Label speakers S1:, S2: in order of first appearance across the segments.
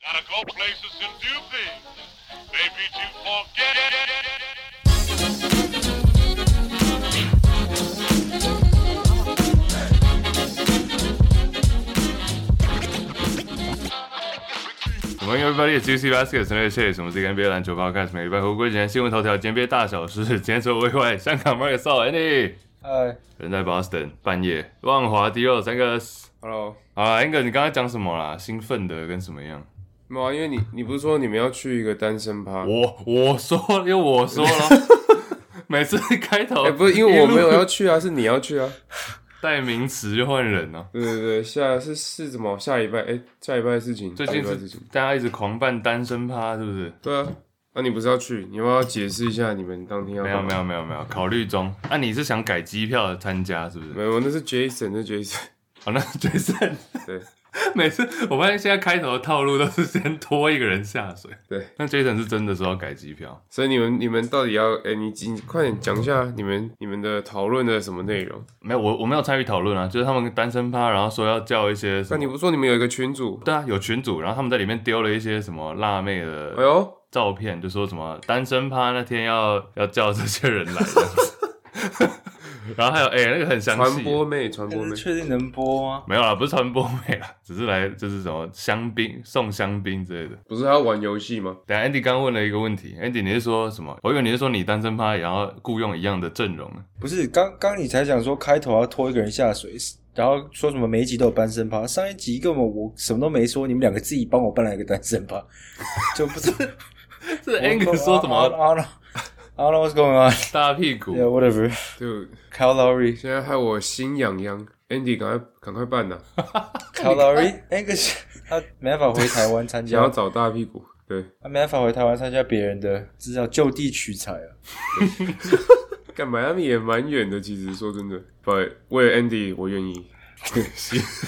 S1: Gotta go places and do things. Maybe to forget.
S2: Morning everybody, it's UC Basket 陈瑞谢，我们是 NBA 篮球 Podcast，每礼拜回归前新闻头条、兼 NBA 大小事、坚守 VY、香港 Mark 少 Andy，
S3: 嗨
S2: 人在 Boston 半夜，万华迪奥三个。
S3: ，Hello，
S2: 好啦 a n g 你刚才讲什么啦？兴奋的跟什么样？
S3: 没有啊，因为你你不是说你们要去一个单身趴？
S2: 我我说又我说了， 每次开头
S3: 哎、不是，因为我没有
S2: 一路
S3: 要去啊，是你要去啊。
S2: 代名词就换人了、哦
S3: 对对对，下是是什么？下礼拜哎、下礼拜的事情，
S2: 最
S3: 下礼
S2: 近
S3: 拜的事
S2: 是
S3: 情。
S2: 大家一直狂办单身趴，是不是？
S3: 对啊，那、你不是要去？你要不要解释一下你们当天要
S2: 没
S3: 干
S2: 有
S3: 嘛
S2: 没有没有没有，考虑中。啊，你是想改机票参加是不是？
S3: 没有，那是 Jason，那是 Jason。
S2: 好，那 Jason
S3: 对
S2: 每次我发现现在开头的套路都是先拖一个人下水。
S3: 对，
S2: 那 Jason 是真的说要改机票，
S3: 所以你们你们到底要哎、你你快点讲一下你们你们的讨论的什么内容？
S2: 没有我我没有参与讨论啊，就是他们单身趴，然后说要叫一些什
S3: 那你
S2: 么。
S3: 不是说你们有一个群组？
S2: 对啊，有群主，然后他们在里面丢了一些什么辣妹的
S3: 哎呦，
S2: 照片，就说什么单身趴那天要 要叫这些人来这样子， 然后还有哎、那个很详细
S3: 传，播妹，传播
S4: 我
S3: 妹
S4: 们。确定能播吗？
S2: 没有啦，不是传播妹啦，只是来就是什么香槟送香槟之类的。
S3: 不是还要玩游戏吗？
S2: 等一下 Andy 刚问了一个问题，Andy 你是说什么？我以为你是说你单身趴也要雇佣一样的阵容啊 呢。
S4: 不是，刚刚你才讲说开头要拖一个人下水，然后说什么每一集都有单身趴，上一集根本我什么都没说，你们两个自己帮我办了一个单 身趴，就不是
S2: 是 Andy 说什么
S4: ？I don't I don't know what's going on.
S2: 大屁股
S4: Yeah, whatever.
S3: 就
S4: Kyle Lowry,
S3: 现在害我心痒痒，Andy，赶快赶快办呐、
S4: Kyle Lowry，那个是他没办法回台湾参
S3: 想要
S4: 加，
S3: 找大屁股， 对，
S4: 他没办法回台湾参加别人的，至少就地取材啊。
S3: 干嘛？他们也蛮远的，其实说真的，But 为了 Andy，我愿意，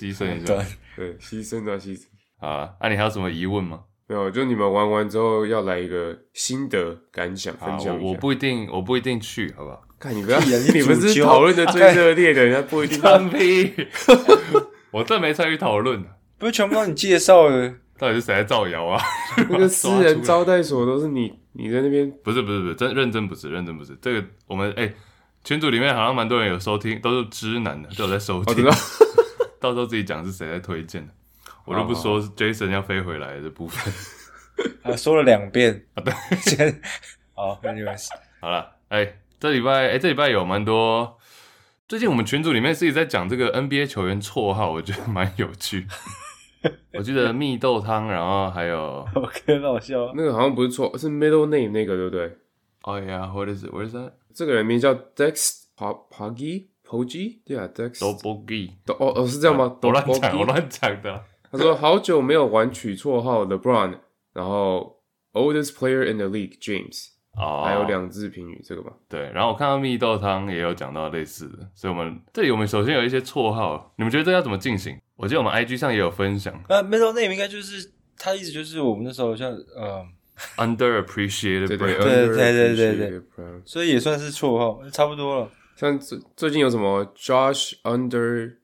S2: 牺牲一
S4: 对
S2: 下。，
S3: 对，牺牲啊，牺牲。
S2: 好啊，那、你还有什么疑问吗？
S3: 没有，就你们玩完之后要来一个心得感想分
S2: 啊，
S3: 享一下。
S2: 我我不一定，我不一定去，好不好？
S3: 看你不要，
S4: 屁啊你
S3: 你们
S4: 主
S3: 是
S4: 揪
S3: 讨论的最热烈的，人家不一定。
S2: 放 屁！我真没参与讨论，啊
S4: 不是全部都你介绍的，
S2: 到底是谁在造谣啊？
S3: 那个私人招待所都是你你在那边，
S2: 不是不是不是，真认真不是认真不是，这个我们哎、群组里面好像蛮多人有收听，都是知男的都有在收
S3: 我
S2: 听，
S3: 知道。
S2: 到时候自己讲是谁在推荐的，我就不
S3: 好
S2: 说 Jason 要飞回来的部分。
S4: 啊，说了两遍。
S2: 好的，
S4: 先好，anyways，
S2: 好了，哎、这礼拜哎、这礼拜有蛮多，最近我们群组里面自己在讲这个 NBA 球员绰号，我觉得蛮有趣。 我记得蜜豆汤，然后还有
S4: 我跟老笑啊。
S3: 那个好像不是错，是 middle name 那个对不对？
S2: 哦呀，What is it? What is that?
S3: 这个人名叫 Dex Pog Poggy Poggy，yeah Dex。
S2: d o b o g i
S3: 哦哦是这样 吗？
S2: 我乱讲，
S3: Poggy？
S2: 我乱讲的。
S3: 他说好久没有玩取绰号 LeBron，然后 oldest player in the league James，
S2: 哦，
S3: 还有两字评语这个吧。
S2: 对，然后我看到蜜豆汤也有讲到类似的，所以我们这里我们首先有一些绰号，你们觉得这要怎么进行？我记得我们 IG 上也有分享
S4: 呃那 middle name 应该就是他意思就是我们那时候像嗯，
S2: underappreciated
S3: 对
S2: brand
S4: 对对对对
S3: 对。underappreciated
S4: 所以也算是绰号，差不多了。
S3: 像最最近有什么 Josh under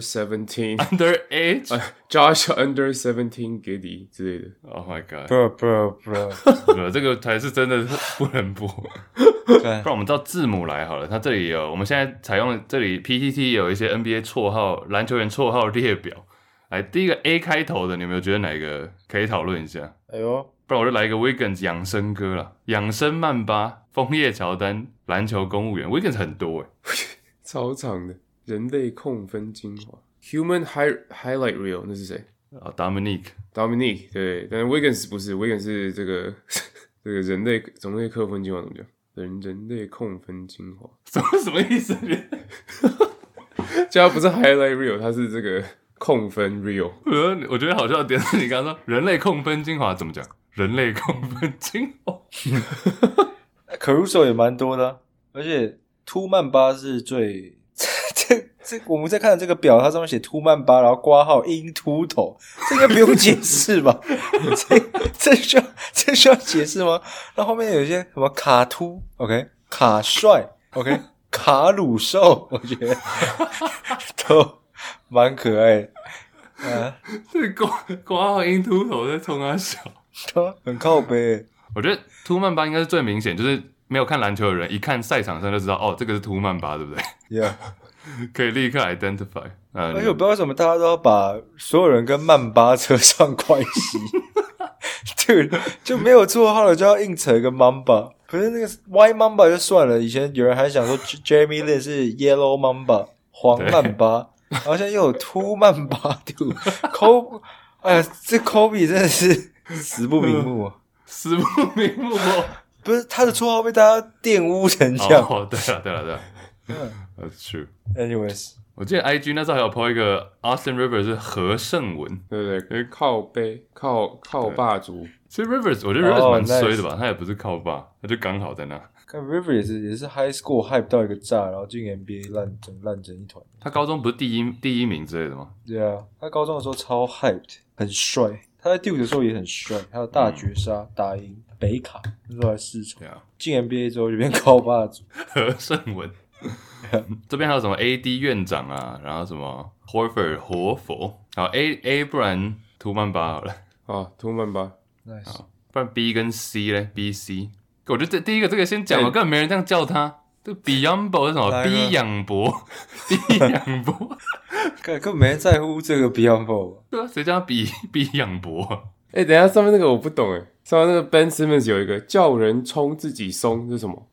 S3: seventeen，Josh
S2: underage。
S3: under seventeen Giddy 之类的，
S2: Oh my god！
S4: bro bro bro，
S2: 没有这个才是真的不能播，不
S4: 看
S2: 然我们照字母来好了。它这里有，我们现在采用这里 PTT 有一些 NBA 绰号、篮球员绰号列表。来，第一个 A 开头的，你有没有觉得哪个可以讨论一下？
S4: 哎呦，
S2: 不然我就来一个 Wiggins 养生歌啦，养生曼巴、枫叶乔丹、篮球公务员，Wiggins 很多欸诶、
S3: 超长的人类控分精华，Human High Highlight Reel 那是谁
S2: 啊，Dominic，
S3: ？Dominic 对，但是 Wiggins 不是，Wiggins 是这个这个人类人类克分精华怎么讲？人人类控分精华，
S2: 什么什么意思？
S3: 这它不是 Highlight Reel，它是这个控分 Reel。
S2: 我觉得我觉得好笑的点是你刚刚说人类控分精华怎么讲？人类控分精华，
S4: ，Caruso 也蛮多的啊，而且秃曼巴是最 这这我们在看的这个表，它上面写秃曼巴，然后挂号鹰秃头，这应该不用解释吧？ 这这需要这需要解释吗？那后面有一些什么卡秃，OK，卡帅，OK，卡鲁兽，我觉得都蛮可爱的。嗯，
S2: 这瓜瓜号鹰秃头在冲他笑。
S4: 他很靠背，
S2: 我觉得秃曼巴应该是最明显，就是没有看篮球的人一看赛场上就知道，哦，这个是秃曼巴，对不 对？
S4: yeah。
S2: 可以立刻 identify。呃，
S4: 而且我不知道为什么大家都要把所有人跟曼巴扯上关系， 对，就没有绰号了就要硬扯一个 Mamba。可是那个 Y Mamba 就算了，以前有人还想说 J- Jamie Lin 是 Yellow Mamba 黄曼巴，然后现在又有秃曼巴兔 Kobe，哎呀，这 Kobe 真的是死不瞑目啊！
S2: 死不瞑 目哦。
S4: 不是他的绰号被大家玷污成这样。
S2: 哦，对了，对了，对了，That's
S4: 嗯
S2: true。
S4: Anyways，
S2: 我记得 IG 那时候还有 po 一个 Austin Rivers 是何胜文，
S3: 对不对？靠背靠靠霸主，
S2: 其实 Rivers 我觉得
S4: 哦
S2: Rivers 蛮
S4: nice
S2: 衰的吧，他也不是靠爸，他就刚好在那。
S4: 看 River 也是也是 High School hype 到一个炸，然后进 NBA 烂整烂成一团。
S2: 他高中不是第一第一名之类的吗？
S4: 对啊，他高中的时候超 hyped，很帅。他在 Duke 的时候也很帅，还有大绝杀、打赢北卡，那时候还四重
S2: 对。啊，
S4: 进 NBA 之后就变高霸主，
S2: 何胜 文。这边还有什么 AD 院长啊，然后什么 Horford 活佛，好 A A 不然图曼巴好了，
S3: 啊，图曼巴，
S4: nice。
S2: 不然 B 跟 C 嘞，B C。我觉得这第一个这个先讲吧，
S3: 对
S2: 根本没人这样叫他。这 Beyond 是什么
S4: 来吧
S2: ？B 仰 博，B 仰博，
S4: 根根本没人在乎这个 Beyond Four，
S2: 对啊，谁叫他 B B 仰博啊？
S3: 哎、等一下上面那个我不懂哎，上面那个 Ben Simmons 有一个叫人冲自己松，这是什么？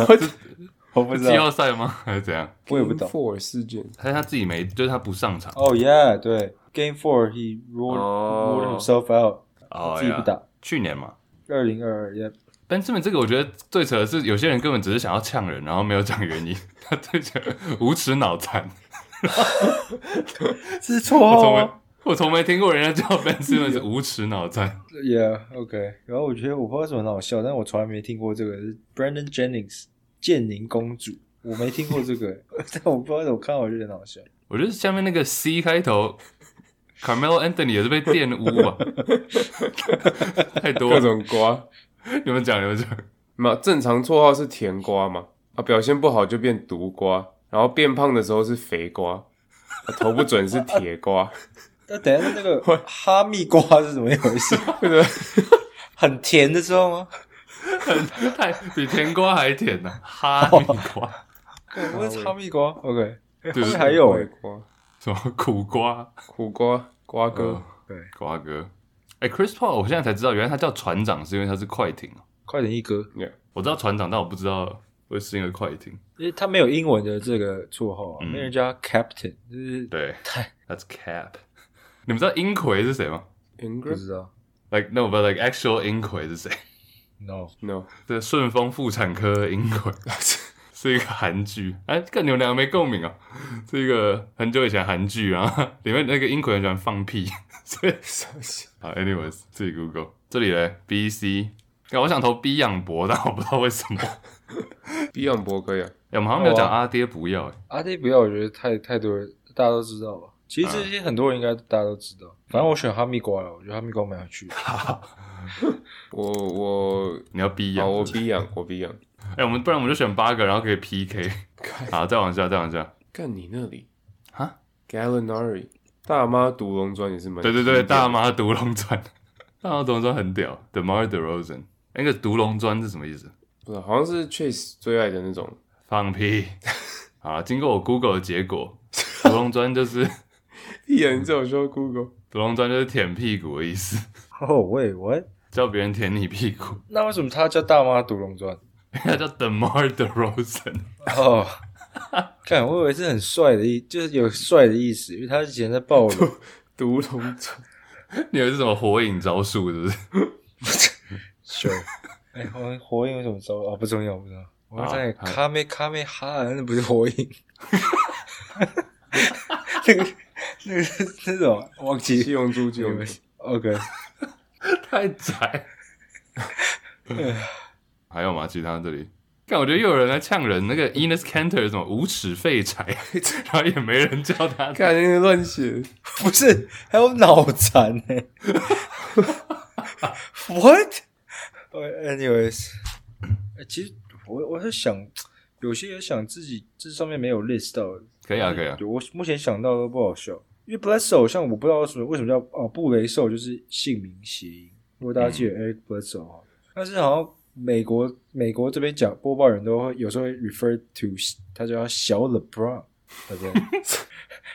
S4: 我不
S2: 是
S4: 知
S2: 季
S4: 道，
S2: 后赛吗？还是怎样？
S4: 我也不懂。
S3: Four 事件，
S2: 还是他自己没，就是他不上场。
S4: 哦、yeah，对，Game Four he ruled、
S3: 哦
S4: ruled himself out，、
S2: 哦
S4: 自己不。打。
S2: 去年嘛。
S4: 二零二二，yeah，
S2: Ben Simmons 这个我觉得最扯的是，有些人根本只是想要呛人，然后没有讲原因，他最扯无耻脑残。
S4: 这是绰哦
S2: 我
S4: 号
S2: 从
S3: 哦
S4: 吗
S2: 没我从没听过人家叫 Ben Simmons 无耻脑残。
S4: ？Yeah，OK、然后我觉得我不知道为什么很好笑，但我从来没听过这个是 Brandon Jennings 建宁公主，我没听过这个、欸 但我不知道为什么看到我就觉得很好笑。
S2: 我觉得下面那个 C 开头，Carmelo Anthony 也是被玷污吧？太多
S3: 各
S2: 了，
S3: 种瓜。
S2: 你们讲你们讲。
S3: 没有正常绰号是甜瓜嘛，啊，表现不好就变毒瓜，然后变胖的时候是肥瓜，啊、投不准是铁瓜，
S4: 那等一下那个哈密瓜是怎么一回 事？很甜的时候 吗？
S2: 太比甜瓜还甜呐、哈密瓜，
S4: 我是哈密瓜，OK。
S2: 对
S4: 后面还有
S3: 坏
S4: 哎，
S3: 瓜、
S2: 什么苦瓜
S3: 苦瓜、瓜哥
S2: 哥，，瓜哥。哎、c h r i s Paul，我现在才知道，原来他叫船长是因为他是快艇哦
S4: 快点一哥，
S2: 我知道船长，但我不知道会是因为快艇。
S4: 因为他没有英文的这个绰号啊，
S2: 嗯
S4: 没人叫他 Captain，就是
S2: 对
S4: 太
S2: ，That's cap。你们知道英奎是谁吗
S4: 不
S3: Ingram
S4: 知道
S2: ？Like no, but like actual 英奎是谁？
S4: ，no，
S3: no，
S2: 这顺丰妇产科英奎 是一个韩剧，哎，看你们两个没共鸣哦。是一个很久以前韩剧啊，里面那个英奎很喜欢放屁， 所以好，anyways，自己 Google 这里嘞，B C。啊我想投 B 养博，但我不知道为什 么。哎
S3: 比昂博可以啊，
S2: 哎我们好像没有
S4: 好啊
S2: 讲阿爹不要、哎
S4: 阿迪不要，我觉得太太多人大家都知道吧。其实这些很多人应该大家都知道，反正我选哈密瓜了，我觉得哈密瓜蛮有趣的。
S3: 我我
S2: 你要 B 养
S3: 好，。我比昂，我比昂，
S2: 哎、我们不然我们就选八个，然后可以 PK。好，再往下，再往下。
S3: 干你那里
S2: 啊
S3: ，Gallinari 大妈独龙砖也是蛮
S2: 对对对，
S3: 经典的
S2: 大妈独龙砖， 大妈独龙砖很屌。The Mar d e Rosen，那个独龙砖是什么意思？
S3: 不是好像是 Chase 最爱的那种，
S2: 放屁！啊，经过我 Google 的结果，独龙砖就是
S3: 屁啊，你这有说 Google
S2: 独龙砖就是舔屁股的意思，
S4: 哦喂喂，
S2: 叫别人舔你屁股。
S4: 那为什么他叫大妈独龙砖？
S2: 他叫 The Mar d e Rosen，
S4: 哦，看我以为是很帅的意，就是有帅的意思，因为他以前在暴龙，
S3: 独龙砖，
S2: 你以为是什么火影招数是不是？
S4: 秀。哎，火火影有什么招啊？不重要，不重要。我
S2: 啊
S4: 在
S2: 好
S4: 卡梅卡梅哈，那不是火 影。那个那个是那种忘
S3: 七
S4: 记。
S3: 龙珠，七龙珠。
S4: OK，
S2: 太 窄。还有吗？其他这里，但我觉得又有人来呛人，那个 Enes Kanter 什么无耻废柴， 然后也没人叫他。
S3: 看那个乱写，
S4: 不是还有脑残呢、What？呃，anyways，哎其实我我是想，有些也想自己这上面没有 list 到的，
S2: 可以啊，可以啊。
S4: 对我目前想到都不好笑。因为 Bledsoe 像我不知道什么为什么叫哦布雷兽，就是姓名谐音。如果大家记
S2: 嗯
S4: 得 Eric Bledsoe，、哈，但是好像美国美国这边讲播报人都会有时候会 refer to 他叫他小 LeBron，对 不对？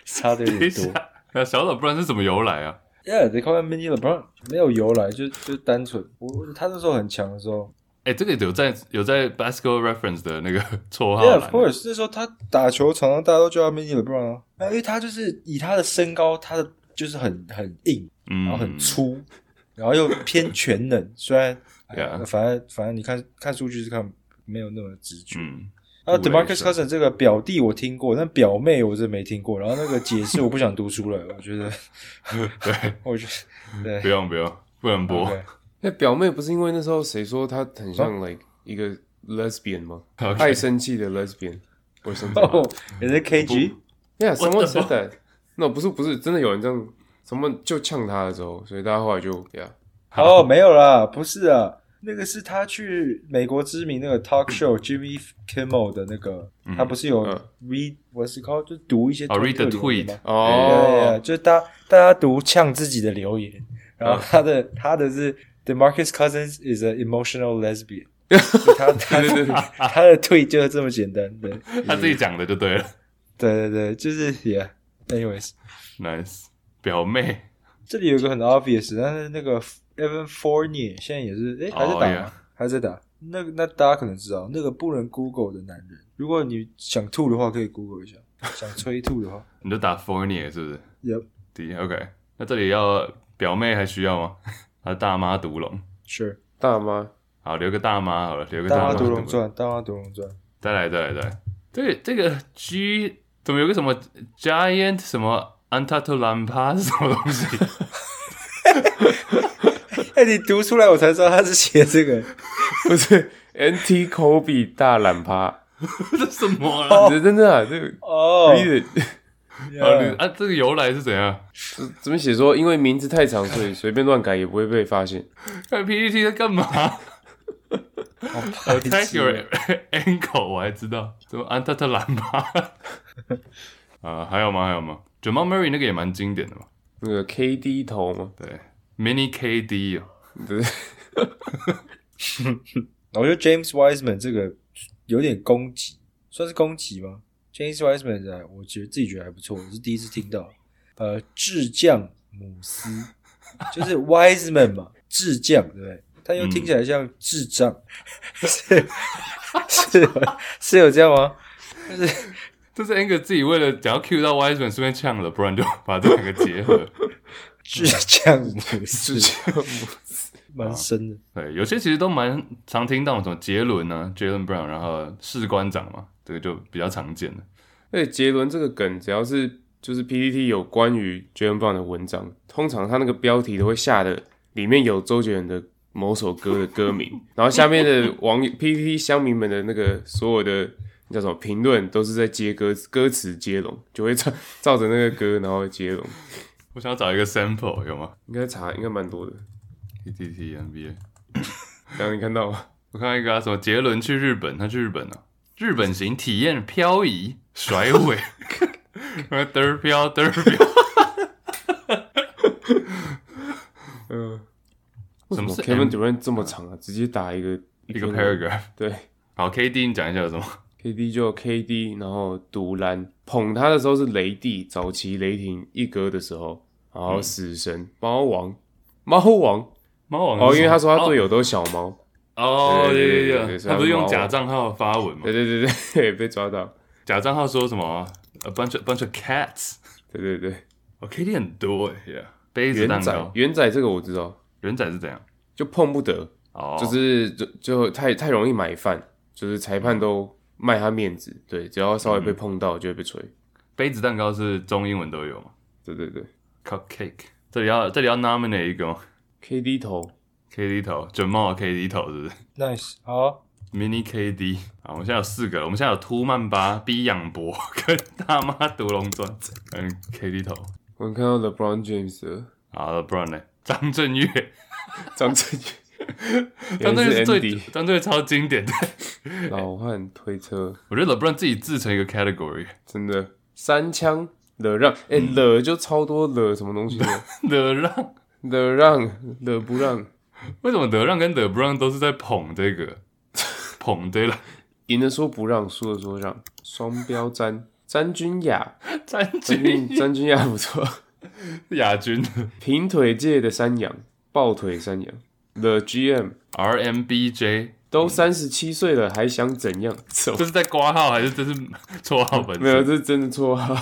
S4: 差的有
S2: 等一
S4: 点多。
S2: 下，那小老不然是怎么由来啊？
S4: Yeah, they call him Mini LeBron，没有由来，就就单纯。我他那时候很强的时候
S2: 哎、这个有在有在 Basketball Reference 的那个 绰号
S4: ，Yeah, of
S2: 栏
S4: course，那时候他打球场上大家都叫他 Mini LeBron 啊，那因为他就是以他的身高，他的就是很很硬，
S2: 嗯，
S4: 然后很粗，然后又偏全能，虽然哎
S2: Yeah
S4: 反正反正你看看数据是看没有那么直觉。
S2: 嗯，
S4: 然后
S2: 不为
S4: Demarcus
S2: 所
S4: Cousins 这个表弟我听过，但表妹我真没听过。然后那个解释我不想读出来，我觉得，
S2: 对，
S4: 我觉得
S2: 不
S4: 对，
S2: 用不用，不能播。
S4: 对
S3: 那表妹不是因为那时候谁说她很像 like 一个 lesbian 吗？
S2: 哦 OK
S3: 爱生气的 lesbian or something.
S4: 哦，也是 KG。
S3: Yeah, someone
S2: What the
S3: said that. No，不是不是，真的有人这样，someone 就呛她的时候，所以大家后来就 yeah
S2: 好
S4: 哦，没有啦，不是啊，那个是他去美国知名那个 talk show Jimmy Kimmel 的那个，他不是有
S3: 嗯
S4: read what's it called 就读一些
S2: 哦 read the
S4: 推特留言吗
S2: tweet
S4: 对对
S3: 哦
S4: 对，就是大大家读呛自己的留言，然后
S3: 嗯
S4: 他的他的是 Demarcus Cousins is an emotional lesbian，就他他
S3: 对对对
S4: 他的 tweet 就是这么简单，对
S2: 他自己讲的就对了。
S4: 对对对，就是 yeah，anyways。
S2: Nice，表妹
S4: 这里有一个很 obvious，但是那个 Evan Fournier 现在也是，哎，还在
S2: 哦
S4: 打
S2: yeah
S4: 吗？还在打。那那大家可能知道，那个不能 Google 的男人，如果你想吐的话，可以 Google 一下；想催吐的话
S2: 你就打 Fournier 是不是
S4: ，Yep，
S2: ？D OK，那这里要表妹还需要吗？ 还是大妈独龙？
S4: sure。
S3: 大妈
S2: 好，留个大妈好了，留个
S4: 大
S2: 妈
S4: 妈独
S2: 独
S4: 龙传，大妈独龙传，
S2: 再来，再来，再来。这个这个 G 怎么有个什么 Giant 什么 Antatolampa 是 什么东西？
S4: 哎，你读出来我才知道他是写这个。
S3: 不是 NT Kobe 大懒趴，
S2: 这什么啊？
S3: 真真的啊这个
S4: 哦
S3: read it
S2: 啊你啊，这个由来是怎样？
S3: 怎么写说因为名字太长，所以随便乱改也不会被发现。
S2: 看 PPT 在干嘛
S4: 哦
S2: ？Attack your ankle，我还知道什么 Antatolampa 啊？还有吗？还有吗？Jamal Murray 那个也蛮经典的嘛。
S3: 那个 KD 头嘛，
S2: 对，Mini KD 哦，
S3: 对，
S4: 我觉得 James Wiseman 这个有点攻击，算是攻击吗？James Wiseman 的，我觉得自己觉得还不错，我是第一次听到。呃，智将姆斯 就是 Wiseman 嘛，智将对不对？但又听起来像智障，是是是有这样吗？
S2: 这是 Ang 自己为了想要 Q 到 Wiseman，顺便呛了，不然就把这两个结合。
S4: 智将姆斯蛮深的，
S2: 对，有些其实都蛮常听到，什么杰伦啊，Jalen Brown，然后士官长嘛，这个就比较常见的。
S3: 而且杰伦这个梗，只要是就是 PPT 有关于 j a m b o n 的文章，通常他那个标题都会下的里面有周杰伦的某首歌的歌名，然后下面的网友 PPT 乡民们的那个所有的叫什么评论，都是在接歌歌词接龙，就会照照着那个歌然后接龙，
S2: 我想要找一个 sample 有吗
S3: 应该查应该蛮多的，
S2: ？T T T N B A，
S3: 刚刚你看到吗？
S2: 我看到一个、啊、什么杰伦去日本，他去日本啊，日本行体验漂移甩尾， 然后嘚儿飘嘚儿 飘，
S3: 嗯、
S2: 什么是
S3: Kevin
S2: M- 嗯
S3: Durant 这么长啊？直接打一个
S2: 一个
S3: 篇
S2: paragraph。
S3: 对。
S2: 好，K D 你讲一下有什么？
S3: KD 就 KD，然后独篮捧他的时候是雷帝，早期雷霆一哥的时候，然
S2: 嗯
S3: 后死神猫王，猫王
S2: 猫王
S3: 哦，因为他说他队
S2: 友
S3: 友都是小猫，
S2: 嗯哦，对
S3: 对对对对
S2: 对
S3: 对
S2: 对，
S3: 所以
S2: 他不是
S3: 他
S2: 用
S3: 猫
S2: 假
S3: 王
S2: 账号发文吗
S3: 对？对 对对，被抓到，
S2: 假账号说什么啊？A bunch of bunch of cats，
S3: 对对对，
S2: 哦，K D 很多哎，yeah，杯子
S3: 元
S2: 蛋
S3: 仔
S2: 糕，
S3: 元仔这个我知道，
S2: 人仔是怎样？
S3: 就碰不得，
S2: 哦，
S3: 就是就就太太容易买饭，就是裁判都卖他面子，对，只要稍微被
S2: 嗯
S3: 碰到就会被吹，
S2: 杯子蛋糕是中英文都有嘛
S3: 对对对
S2: ？Cupcake，这里要这里要 nominate 一个吗
S3: ，KD 头，
S2: ？K D 头，Jamal K D 头是不是
S4: nice 好，
S2: ？Mini K D，啊，我们现在有四个了，我们现在有秃曼巴、B 仰博 跟大妈独龙传，嗯，K D 头，
S3: 我看到 LeBron James 的
S2: 好不然呢？张震 岳，
S3: 张震岳。
S2: 张震岳是
S3: 原来
S2: 最
S3: Andy
S2: 张震岳超经典的，
S3: 老汉推车，
S2: 我觉得 LeBron 自己自成一个 category，
S3: 真的三枪了让，哎、了就超多了什么东西的，
S2: 的让
S3: 了让了不让，
S2: 为什么的让跟的不让都是在捧这个 捧对了？
S3: 赢的说不让，输的说让，双标詹詹君雅，
S2: 詹
S3: 詹
S2: 军
S3: 君詹君雅不错，
S2: 亚军
S3: 平腿界的山羊，抱腿山羊，The GM
S2: RMBJ，
S3: 都三十七岁了，还想怎样？走
S2: 这是在挂号还是这是绰号本身？
S3: 没有，这是真的错啊，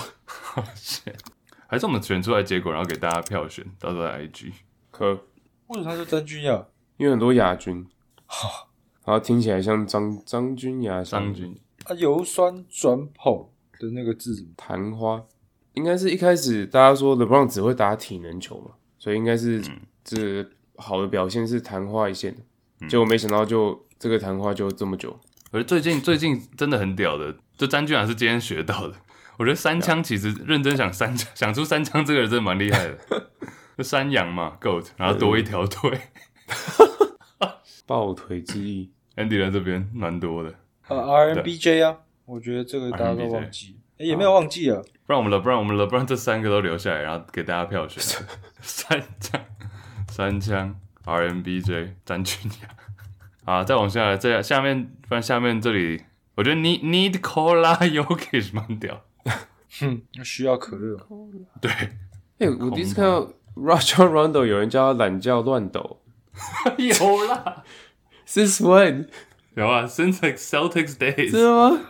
S2: 还是我们选出来结果，然后给大家票选，到时候在
S3: 嗯
S2: IG。
S3: 可
S4: 为什么他是真君呀？
S3: 因为很多亚军， 然后听起来像张张君雅什么的
S2: 张军
S4: 啊，油酸转跑的那个字怎么？
S3: 昙花，应该是一开始大家说 LeBron 只会打体能球嘛，所以应该是这好的表现是昙花一现的，结果没想到就这个昙花就这么久，
S2: 而最近最近真的很屌的，就詹俊雅是今天学到的。我觉得三枪其实认真想三枪，想出三枪这个人真的蛮厉害 的。就山羊嘛，goat，然后多一条腿。
S3: 抱腿之意。
S2: Andy 在这边蛮多的，
S4: 啊，RMBJ 啊，我觉得这个大家都忘记，哎，也没有忘记啊。
S2: 不然我们 LeBron，我们 LeBron 这三个都留下来，然后给大家票选。 三枪，三枪，RMBJ，詹俊雅。 啊，再往下来，再下面，不然下面这里，我觉得 Need Need Cola Yokish 蛮屌。
S4: 哼，需要可乐。
S2: 对，
S3: 哎、我第一次看到 Roger Rondo 有人叫他懒觉乱抖
S2: 有啦。
S3: ，Since when？
S2: 有啊，Since like Celtics
S3: 真
S2: days，
S3: 的吗？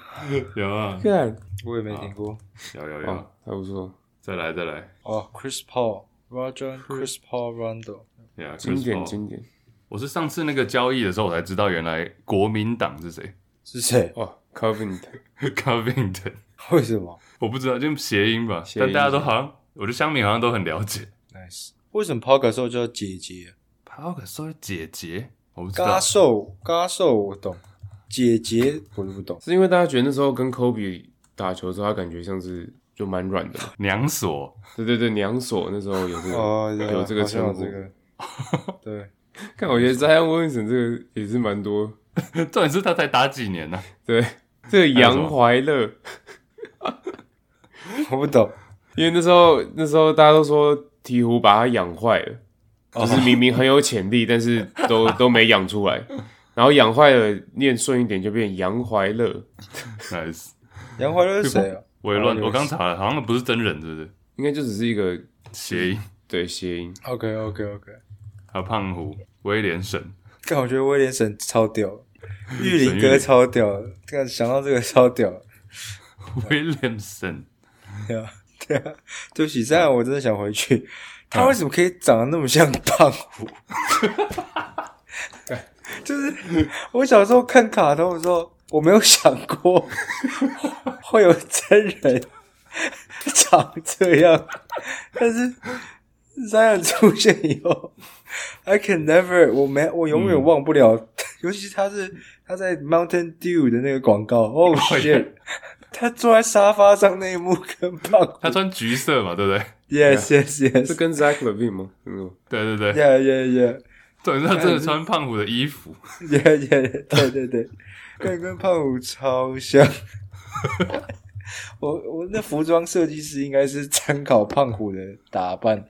S2: 有啊，
S3: 看，
S4: 我也没听过。
S2: 有有
S3: 哦
S2: 有，，
S3: 还不错，
S2: 再来再来
S4: 哦，Chris Paul。Roger Chris Paul Rondo，
S2: ，Yeah，
S3: 经
S2: Chris
S3: 典
S2: Paul
S3: 经典。
S2: 我是上次那个交易的时候，我才知道原来国民党是谁
S4: 是谁？
S3: 哇 c o v i n t
S2: ，Covington，
S4: 为什么
S2: 我不知道，就谐音吧，
S3: 谐音
S2: 但大家都好像，我觉得乡民好像都很了解。
S4: ？Nice。为什么 Paul 瘦叫姐姐？
S2: 帕克说姐姐，我不知道
S4: 嘎，瘦嘎瘦我懂，姐姐我就不懂。
S3: 是因为大家觉得那时候跟 Kobe 打球的时候，他感觉像是就蛮软的嘛。
S2: 娘所，
S3: 对对对，娘锁那时候 有这个、
S4: 哦，
S3: 有这个
S4: 好像
S3: 称
S4: 有
S3: 呼。
S4: 这个，对，
S3: 看，我觉得 Zion Williamson 这个也是蛮多。
S2: 重点是他才打几年呢？
S3: 对，这个
S2: 还有什么
S3: 杨怀乐，
S4: 我不懂。
S3: 因为那时候那时候大家都说鹈鹕把他养坏了，就是明明很有潜力，但是都都没养出来。然后养坏了，念顺一点就变杨怀乐，
S2: ，nice，
S4: 杨怀乐是谁啊？
S2: 我也乱，
S4: 哦
S2: 我刚查了，好像不是真人，是不是？
S3: 应该就只是一个
S2: 谐音，
S3: 对谐音。
S4: OK OK OK，
S2: 还有胖虎威廉神，
S4: 但我觉得威廉神超屌，玉林哥超屌，看想到这个超屌，
S2: 威廉神，
S4: 对啊对啊，对不起，这样我真的想回去。他为什么可以长得那么像胖虎？ 就是我小时候看卡通的时候，我没有想过 会有真人长这样，但是三人出现以后，I can never，我没我永远忘不了， 尤其是他是他在 Mountain Dew 的那个广告，Oh shit！他坐在沙发上那一幕跟胖虎
S2: 他穿橘色嘛，对不对？
S4: Yes, yes,
S3: 是
S4: yes.
S3: 跟 Zach Levine 吗？嗯，
S2: 对对对，
S4: Yeah, yeah, yeah,
S2: 重点是他真的穿胖虎的衣服，
S4: yeah, yeah. 对对对，跟跟胖虎超像。 我我那服装设计师应该是参考胖虎的打扮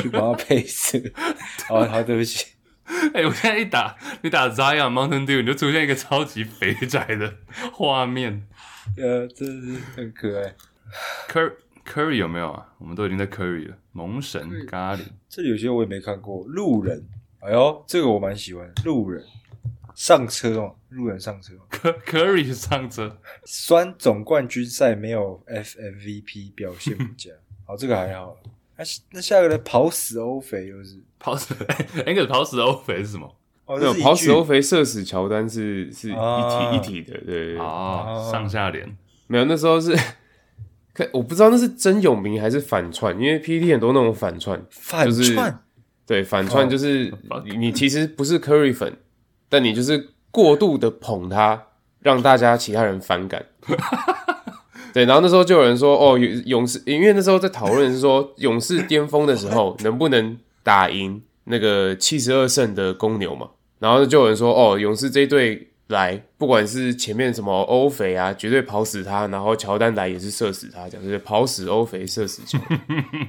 S4: 去帮他配色。好好，对不起，
S2: 哎、我现在一打你打 Zion Mountain Dew，你就出现一个超级肥宅的 画面。
S4: 呃，真的是很可爱。
S2: Cur Curry 有没有啊？我们都已经在 Curry 了。蒙神咖喱，
S4: 这里有些我也没看过，路人。哎呦，这个我蛮喜欢，路人上车哦，路人上车哦。
S2: 科 Curry 上车，
S4: 酸总冠军赛没有 FMVP 表现不 佳，好，这个还好。那那下个人跑死欧肥又是，
S2: 跑死 Angus 跑死欧肥是什么？
S4: 哦，
S3: 没
S4: 这
S3: 有
S4: 是一
S3: 跑
S4: 句
S3: 死欧肥射死乔丹是是一体、
S4: 啊
S3: 一体的，对对对。
S2: 哦，
S4: 哦
S2: 上下联。
S3: 没有，那时候是， 可我不知道那是真有名还是反串，因为 PT 很多那种反串，
S4: 反
S3: 就
S4: 串、
S3: 是对反串就是
S2: fuck
S3: 你你其实不是 Curry 粉，但你就是过度的捧他，让大家其他人反感。对，然后那时候就有人说，哦，勇勇士，因为那时候在讨论是说，勇士巅峰的时 候能不能打赢那个七十二胜的公牛嘛？然后就有人说，哦，勇士这一队来，不管是前面什么欧肥啊，绝对跑死他，然后乔丹来也是射死他，这样就是跑死欧肥，射死乔丹。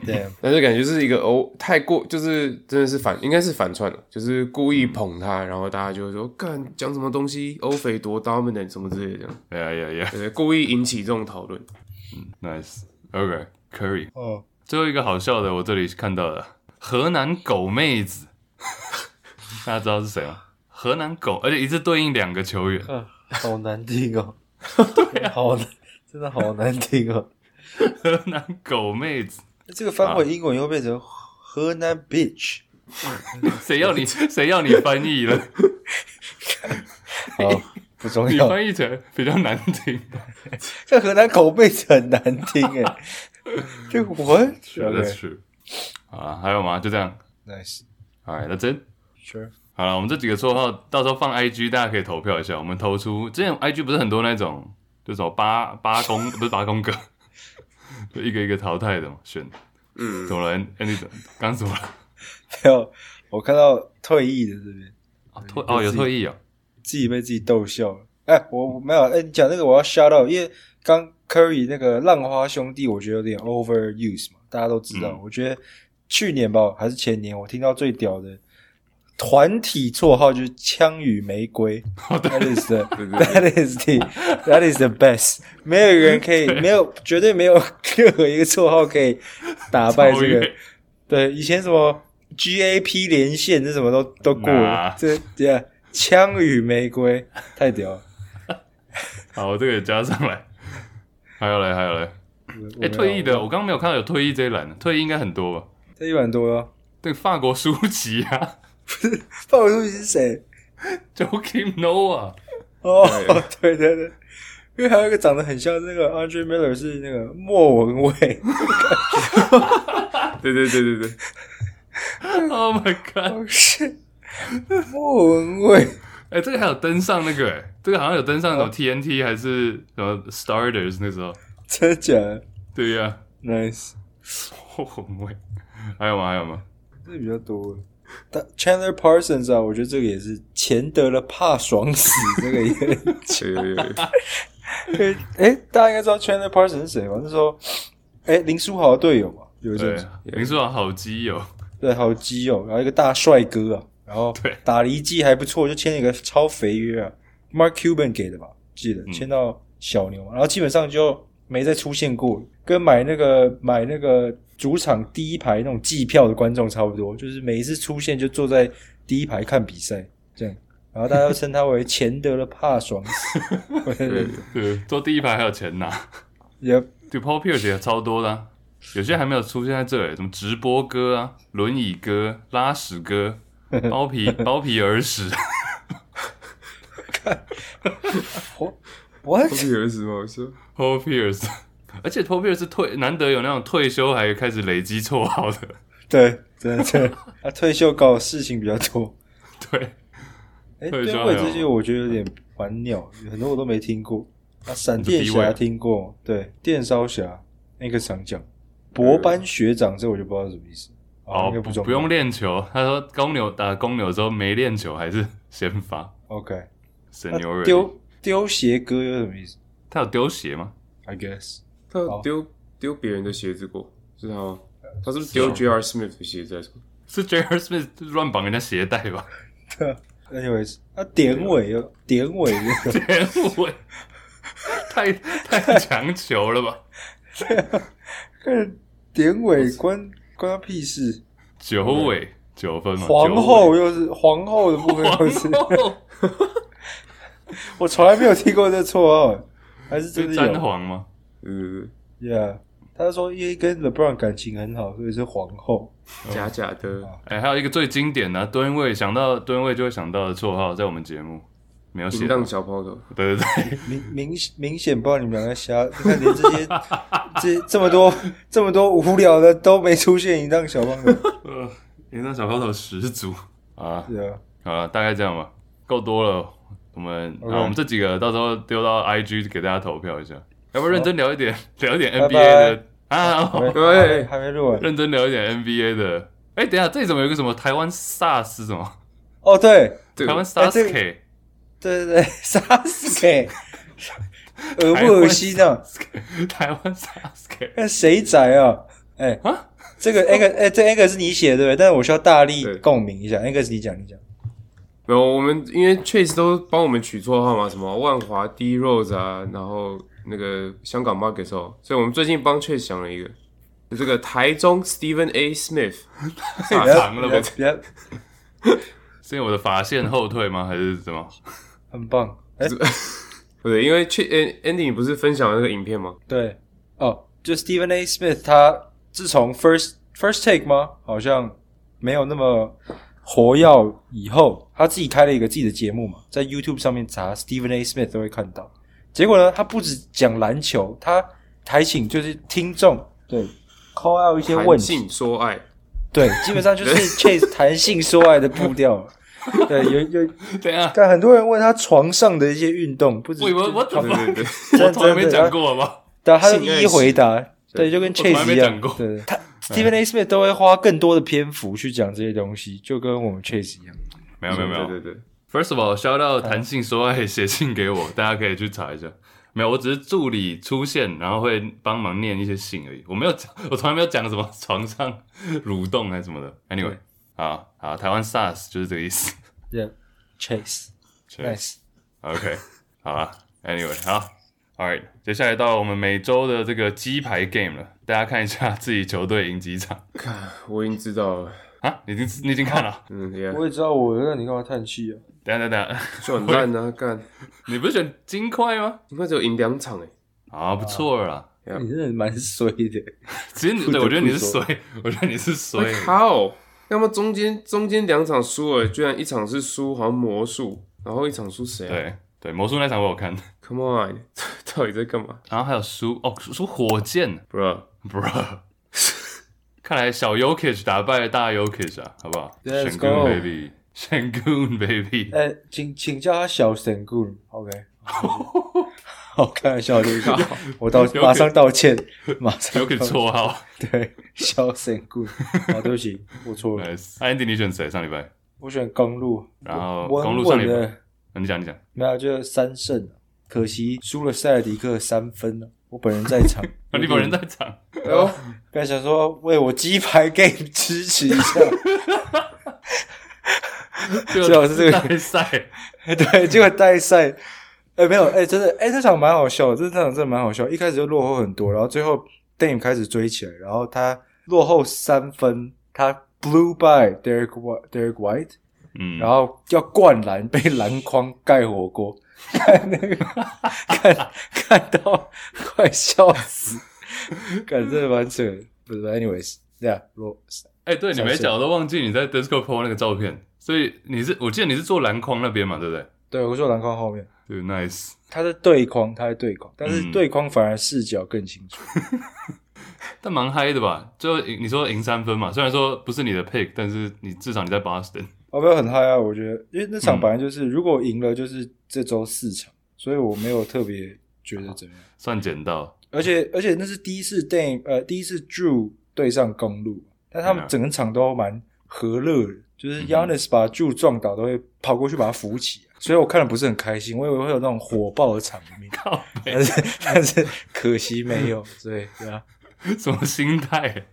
S4: 对，
S3: 但是感觉是一个哦，太过就是真的是反，应该是反串了，就是故意捧他，然后大家就会说干讲什么东西，
S4: 嗯
S3: 欧肥多 dominant 什么之类的，这
S2: 呀
S3: 样
S2: 呀呀
S3: 对，故意引起这种讨论。
S2: ，nice。OK，Curry，、
S4: 哦，
S2: 最后一个好笑的，我这里看到了河南狗妹子， 大家知道是谁吗？河南狗，而且一次对应两个球 员，
S4: 嗯，好难听 哦，好难，真的好难听哦。
S2: 河南狗妹子，
S4: 这个翻回英文又变成河南 bitch。
S2: 谁要你谁要你翻译 了？
S4: 好，不重
S2: 你
S4: 要。
S2: 翻译成比较难 听，
S4: 这河南口味很难听 哎，这个我
S2: That's true。好了，还有吗？就这样。
S4: nice
S2: All right，that's it。
S4: sure
S2: 好了，我们这几个绰号到时候放 IG，大家可以投票一下。我们投出之前 IG 不是很多那种，就什么八八宫 不是八宫格，就一个一个淘汰的嘛，选。
S3: 嗯
S2: 怎么了？Andy 怎刚怎么了？
S4: 没有，我看到退役的这边
S2: 哦退哦，有退役哦。
S4: 自己被自己逗笑了。哎，我我没有哎，你讲那个我要 shout out，因为刚 Curry 那个浪花兄弟，我觉得有点 overuse 嘛，大家都知道。
S2: 嗯
S4: 我觉得去年吧还是前年，我听到最屌的团体绰号就是枪与玫瑰。
S2: 哦，对，
S4: That is the
S3: 对对
S4: that is the that is the best，没 有人可以，没有绝对没有 任何一个绰号可以打败
S2: 超
S4: 啊这个
S2: 越。
S4: 对，以前什么 GAP 连线这什么都都过了
S2: 啊，
S4: 这对啊，枪与玫瑰太屌了。
S2: 好，我这个也加上来。还有嘞，还有嘞。 哎、
S4: 我
S2: 退役的，，我刚刚没有看到有退役这一栏，退役应该很多吧？
S4: 这一碗多了。
S2: 对，法国舒淇啊
S4: 鲍叔是谁？
S2: ，Joakim Noah，
S4: 哦， 对对对，因为还有一个长得很像那个 Andre Miller 是那个莫 文蔚，
S3: 对对对对对，
S2: Oh my god！
S4: 哦是莫文蔚。
S2: 哎、这个还有登上那个、哎，这个好像有登上什么 TNT 还是什么 Starters 那时候。
S4: 真的假的
S2: 对呀、
S4: ？Nice，
S2: 后悔。还有吗？还有吗？
S4: 这比较多。但 Chandler Parsons 啊，我觉得这个也是钱得了怕爽死，这个也
S3: 有有有有
S4: 哎、 大家应该知道 Chandler Parsons 是谁吧？那时候，哎、林书豪的队友嘛，有一阵
S2: 对啊
S4: 子，，
S2: 林书豪好基友，
S4: 对，好肌肉，然后一个大帅哥啊，然后
S2: 对
S4: 打离季还不错，就签了一个超肥约啊，Mark Cuban 给的吧，记
S2: 嗯
S4: 得签到小牛嘛，然后基本上就没再出现过，跟买那个买那个主场第一排那种季票的观众差不多，就是每一次出现就坐在第一排看比赛这样，然后大家都称他为钱德勒帕爽死， 我觉得
S3: 对
S2: 对，坐第一排还有钱拿。
S4: 也
S2: 对 p a u l Pierce 也超多的啊、有些还没有出现在这里，什么直播哥啊、轮椅哥、拉屎 哥、包皮包皮耳屎，
S4: 我 what
S3: 不是有意思吗？我说
S2: p a u l Pierce，而 且 p a u l Pierce 是退难得有那种退休还开始累积绰号的，
S4: 对，真的真的，他退休搞的事情比较 多。
S2: 对。
S4: 哎，
S2: 退
S4: 对
S2: 休
S4: 位
S2: 还有
S4: 这些我觉得有点蛮鸟，很多我都没听过。啊，闪电
S2: 你说低
S4: 侠
S2: 位
S4: 听过，对，电烧侠那个常讲，博班学长这我就不知道是什么意思。
S2: 哦，
S4: 啊应该
S2: 不
S4: 重要
S2: 用练球。他说公牛打公牛的时候没练球，还是先发
S4: OK，那
S2: senior。
S4: 丢丢鞋哥有什么意思
S2: 他有丢鞋吗？
S4: ？I guess Oh
S3: 他有
S4: 好
S3: 丢丢别人的鞋子过，是他吗？他是不是丢 J.R. Smith 的鞋子还是什么？
S2: 是 J.R. Smith 乱绑人家鞋带吧？
S4: anyways，啊，典韦有 典韦有
S2: 田伟太太强求了吧？
S4: 看典韦关关他屁事？
S2: 九尾九分嘛，
S4: 皇
S2: 九
S4: 后
S2: 尾
S4: 又是皇后的部分又是，
S2: 皇后
S4: 我从来没有听过这绰号，还是真
S2: 是
S4: 的
S2: 詹
S4: 有
S2: 皇吗？
S3: 对对
S4: Oh ？Yeah，他说因为跟 LeBron 感情很好，所以是皇后。
S3: 对，假假的，
S4: Oh
S2: 哎、还有一个最经典的、啊、蹲位，想到蹲位就会想到的绰号，在我们节目没有写
S3: 淫
S2: 到。
S3: 荡小抛头。
S2: 对对对，
S4: 明明明显不知道你们两个瞎，你看连这些这这么多这么多无聊的都没出现，一让小胖子，
S2: 呃，淫荡小高头十足啊！
S4: 对啊，
S2: 好了，大概这样吧，够多了。我们啊
S4: OK
S2: 我们这几个到时候丢到 IG 给大家投票一下，要不要认真聊一点，聊一点
S4: 拜
S2: NBA 的啊，
S4: 还没
S2: 好
S3: 对
S4: 还没 录完
S2: 认真聊一点 NBA 的。哎、等一下，这里怎么有一个什么台湾 SARS 什么？
S4: 哦，对，
S3: 对
S2: 台湾
S4: 哎这个
S2: SARS K，
S4: 对对对， 杀死给，恶不恶心啊？
S2: 台湾 Sasuke
S4: 看哎谁宅啊？哎、
S2: 啊，
S4: 这个 a n 哎，这 a n 是你写的对不对？但是我需要大力
S3: 对
S4: 共鸣一下 a n 是你讲，你讲。
S3: 然后我们因为 Chase 都帮我们取绰号嘛，什么万华 D Rose 啊，然后那个香港 Market 哦，所以我们最近帮 Chase 想了一个，就这个台中 Stephen A Smith，
S2: 太长了吧？
S4: 比较
S2: 是因为我的发线后退吗？还是怎么？
S4: 很棒。哎、
S3: 对，因为 Chase An- Andy 你不是分享了那个影片吗？
S4: 对，哦，就 Stephen A. Smith 他自从 First First Take 吗，好像没有那么活跃以后，他自己开了一个自己的节目嘛，在 YouTube 上面查 Stephen A. Smith 都会看到。结果呢，他不止讲篮球，他还请就是听众对 call out 一些问
S3: 韩
S4: 题，
S3: 信说爱，
S4: 对，基本上 就是 Chase 弹性说爱的步调。对，有有，
S2: 等一下，
S4: 但很多人问他床上的一些运动，不止
S2: 我我我怎
S3: 对
S2: 么？
S3: 对对，
S2: 我
S4: 真
S2: 从来没
S4: 真的
S2: 讲过好不好？
S4: 对，啊他就
S3: 性爱
S4: 一一回答，对，
S3: 对
S4: 就跟
S2: 我从来
S4: Chase
S2: 没
S4: 一
S2: 讲
S4: 样
S2: 过，
S4: 对，他 Stephen A. Smith 都会花更多的篇幅去讲这些东西，就跟我们 Chase 一样。
S2: 没有没有没有，
S3: 嗯对嗯对对，
S2: First of all，shout out 弹性说爱写信给我，大家可以去查一下。没有，我只是助理出现，然后会帮忙念一些信而已。我没有讲，我从来没有讲什么床上蠕动还是什么的。Anyway，好好，台湾 SARS 就是这个意 思。
S4: Yeah，Chase，nice。
S2: OK，好啊。Anyway，好，All right，接下来到我们每周的这个鸡排 game 了，大家看一下自己球队赢几场
S3: 我已经知道了，
S2: 啊？你已经你已经看 了？
S3: 嗯，对呀，
S4: 也知道我，那你干嘛叹气啊？
S2: 等一下等一下，等一下
S3: 就很烂啊，干，
S2: 你不是选金块吗？
S3: 应该只有赢两场哎，
S2: 啊，不错了啦。
S3: Yeah
S4: 你真的蛮衰的。
S2: 其实你对我觉得你是衰， 我觉得你是衰。
S3: 靠！要么中间中间两场输了，居然一场是输好像魔术，然后一场输谁啊
S2: 对对，魔术那场我有看，
S3: ？Come on，到 底在干嘛
S2: 然后还有输哦，输火箭
S3: ，bro？
S2: ，bro。看来小 Yokich 打败了大 Yokich 啊，好不好
S4: Let's
S2: Shangoon
S4: go
S2: baby，Shangoon baby，
S4: 哎，请请叫他小神棍，OK？好，开玩笑，对不起，我道
S2: 有
S4: 马上 道歉，马上道
S2: Yokich
S4: 歉。
S2: 绰号。
S4: 对，小神棍，好，对不起，我错了，
S2: Nice。Andy，你啊选谁？上礼拜，啊
S4: 我选公路，
S2: 然后
S4: 稳
S2: 公路上
S4: 稳
S2: 礼拜
S4: 的。
S2: 你讲你啊讲，
S4: 没有，就三胜，啊可惜输了塞尔迪克三分了。我本人在 场，
S2: 啊你本人在场，
S3: 哎呦，
S4: 本来想说为我鸡排 game 支持一下， 最 好是这个
S2: 代 赛。
S4: 对，结果带赛，哎、没有，哎、真的，哎、这场蛮好笑的，这场真的蛮好笑。一开始就落后很多，然后最后 Dame 开始追起来，然后他落后三分，他 blew by Derek White, Derek White，
S2: 嗯，
S4: 然后要灌篮，被篮筐盖火锅， 看那个，看看到快笑死， 感真的蛮扯的。不是，anyways，这样我
S2: 哎，对你没讲，我都忘记你在 Disco Po 那个照片，所以你是，我记得你是坐篮筐那边嘛，对不对？
S4: 对我说篮筐后面，
S2: 对，Nice。
S4: 他在对框，他在对框，但是
S2: 嗯
S4: 对框反而视角更清楚。
S2: 但蛮嗨的吧？就你说赢三分嘛，虽然说不是你的 pick，但是你至少你在 Boston。
S4: 我没有很嗨啊，我觉得，因为那场
S2: 嗯
S4: 本来就是，如果赢了就是这周四场，所以我没有特别觉得怎么样。
S2: 算捡到，
S4: 而且而且那是第一次 Dame 呃第一次 Drew 对上公路，但他们
S2: 嗯
S4: 整个场都蛮和乐的，就是
S2: 嗯哼
S4: Yanis 把 Drew 撞倒都会跑过去把他扶起来，所以我看了不是很开心，我以为会有那种火爆的场面，
S2: 靠北，
S4: 但是但是可惜没有，所以对啊，
S2: 什么心态？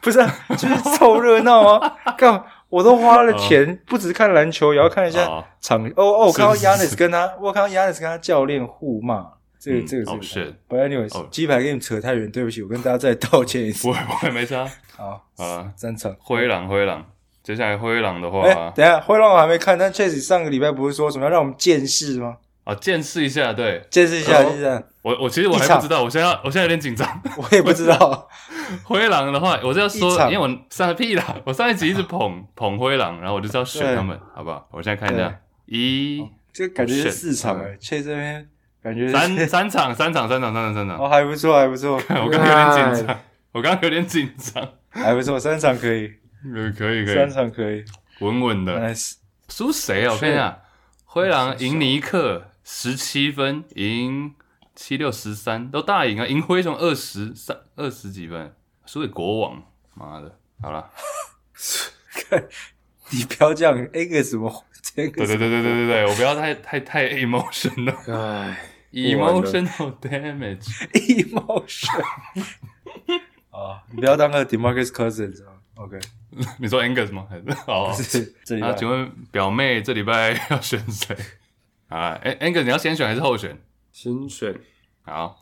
S4: 不是、啊、就是凑热闹啊，干嘛我都花了钱，不只是看篮球，也要看一下
S2: 嗯哦
S4: 场。哦哦，我看到
S2: 是是
S4: Yanis 跟他，我看到 Yanis 跟他教练互骂，这个
S2: 嗯
S4: 这个
S2: 哦
S4: 这个
S2: 是。
S4: But anyways，
S2: 哦
S4: 鸡排 game 扯太远，对不起，我跟大家再道歉一次
S2: 我。我也没差。
S4: 好，
S2: 好啦，
S4: 三场。
S2: 灰狼灰狼，接下来灰狼的话
S4: 哎、等一下，灰狼我还没看，但确实上个礼拜不是说什么要让我们见识吗？
S2: 啊，见识一下。对
S4: 见识一下，
S3: 哦
S4: 就是这样。
S2: 我我其实我还
S4: 一场
S2: 不知道，我现在我现在有点紧张。
S4: 我也不 知道，
S2: 灰狼的话，我是要说
S4: 一，场
S2: 因为我上屁 啦，我上一集一直捧捧灰狼，然后我就知道选
S4: 对
S2: 他们，好不好？我现在看一
S4: 对
S2: 下，一
S4: 这感觉是
S2: Shit，
S4: 四场哎、确实这边感觉是
S2: 哦 三三场三场三场三场三场
S4: 哦，，还不错，还不 错，
S2: 我刚刚有点紧张，我刚刚有点紧张。
S4: 还不错，三场可以，
S2: 呃，可以可嗯
S4: 三
S2: 以，
S4: 场哎可以
S2: 稳稳的。
S4: ，nice。
S2: 输谁啊？我看一下，灰狼赢尼克十七分，赢七六十三，都大赢啊！赢灰熊二十三二十几分，输给国王，妈的！好了，
S4: 你不要这样，Angus 怎么这
S2: 对
S4: 个
S2: 对对对对对对，我不要太太太 emotional
S3: 哎，
S2: emotional damage。
S4: emotion 啊，你不要当个 Demarcus Cousins 啊，OK，
S2: 你说 Angus 吗？ 还是哦？
S4: 是这里
S2: 那请问表妹这礼拜 要选谁？啊，An-，Angus 你要先选还是后选？
S3: 先选
S2: 好，